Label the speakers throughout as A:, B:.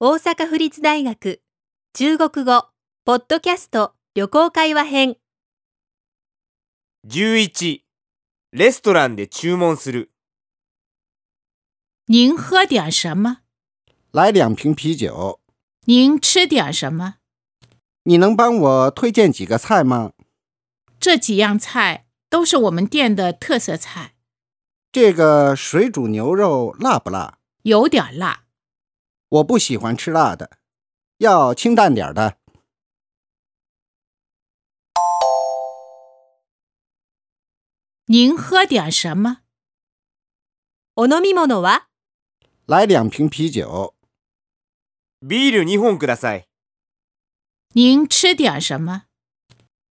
A: 大阪府立大学中国語ポッドキャスト旅行会話編
B: 11レストランで注文する
C: 您喝点什么？
D: 来两瓶啤酒。
C: 您吃点什么？
D: 你能帮我推荐几个菜吗？
C: 这几样菜都是我们店的特色菜，
D: 这个水煮牛肉辣不辣？
C: 有点辣。
D: 我不喜欢吃辣的，要清淡点儿的。
C: 您喝点什么？
A: お飲み物は
D: 来两瓶啤酒。
B: ビール2本ください
C: 您吃点什么？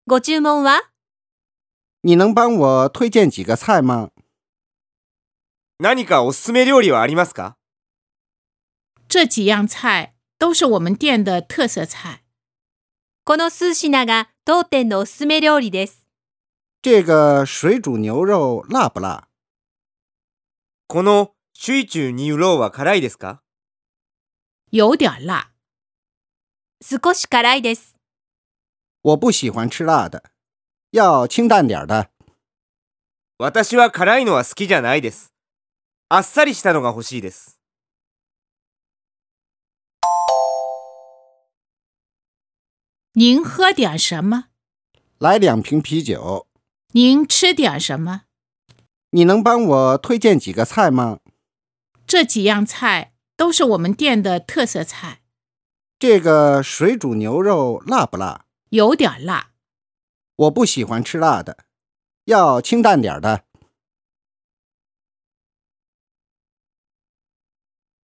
A: ご注文は
D: 你能帮我推荐几个菜吗？
B: 何かおすすめ料理はありますか
C: 这几样菜都是我们店的特色菜，
A: この数品が当店のおすすめ料理です
D: 这个水煮牛肉辣不辣？
B: このシュイチューニューローは辛いですか
C: 有点辣。
A: 少し辛いです
D: 我不喜欢吃辣的，要清淡点儿的。
B: 私は辛いのは好きじゃないですあっさりしたのが欲しいです
C: 您喝点什么？
D: 来两瓶啤酒。
C: 您吃点什么？
D: 你能帮我推荐几个菜吗？
C: 这几样菜都是我们店的特色菜，
D: 这个水煮牛肉辣不辣？
C: 有点辣。
D: 我不喜欢吃辣的，要清淡点儿的。